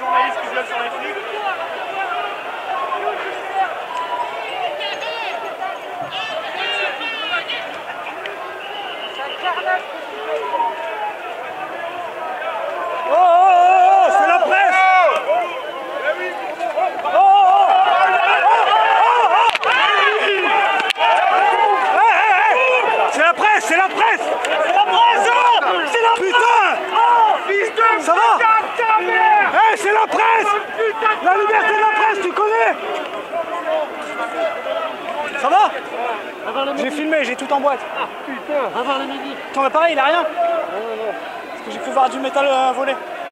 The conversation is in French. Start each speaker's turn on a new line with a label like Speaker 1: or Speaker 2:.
Speaker 1: gueule sur les flics.
Speaker 2: Oh, oh, oh, oh, c'est la presse Oh, oh, oh Oh, oh, oh Hey, hey, hey oh, C'est la presse, c'est la presse C'est la presse C'est la Putain
Speaker 1: Fils de
Speaker 2: Ça va
Speaker 1: putain de ta mère
Speaker 2: Hey, c'est la presse
Speaker 1: Putain de
Speaker 2: La
Speaker 1: ta
Speaker 2: liberté de la presse, tu connais Ça va J'ai filmé, j'ai tout en boîte.
Speaker 3: Putain, va voir le midi.
Speaker 2: Ton appareil, il a rien
Speaker 3: Non, non, non.
Speaker 2: Parce que j'ai pu voir du métal euh, voler.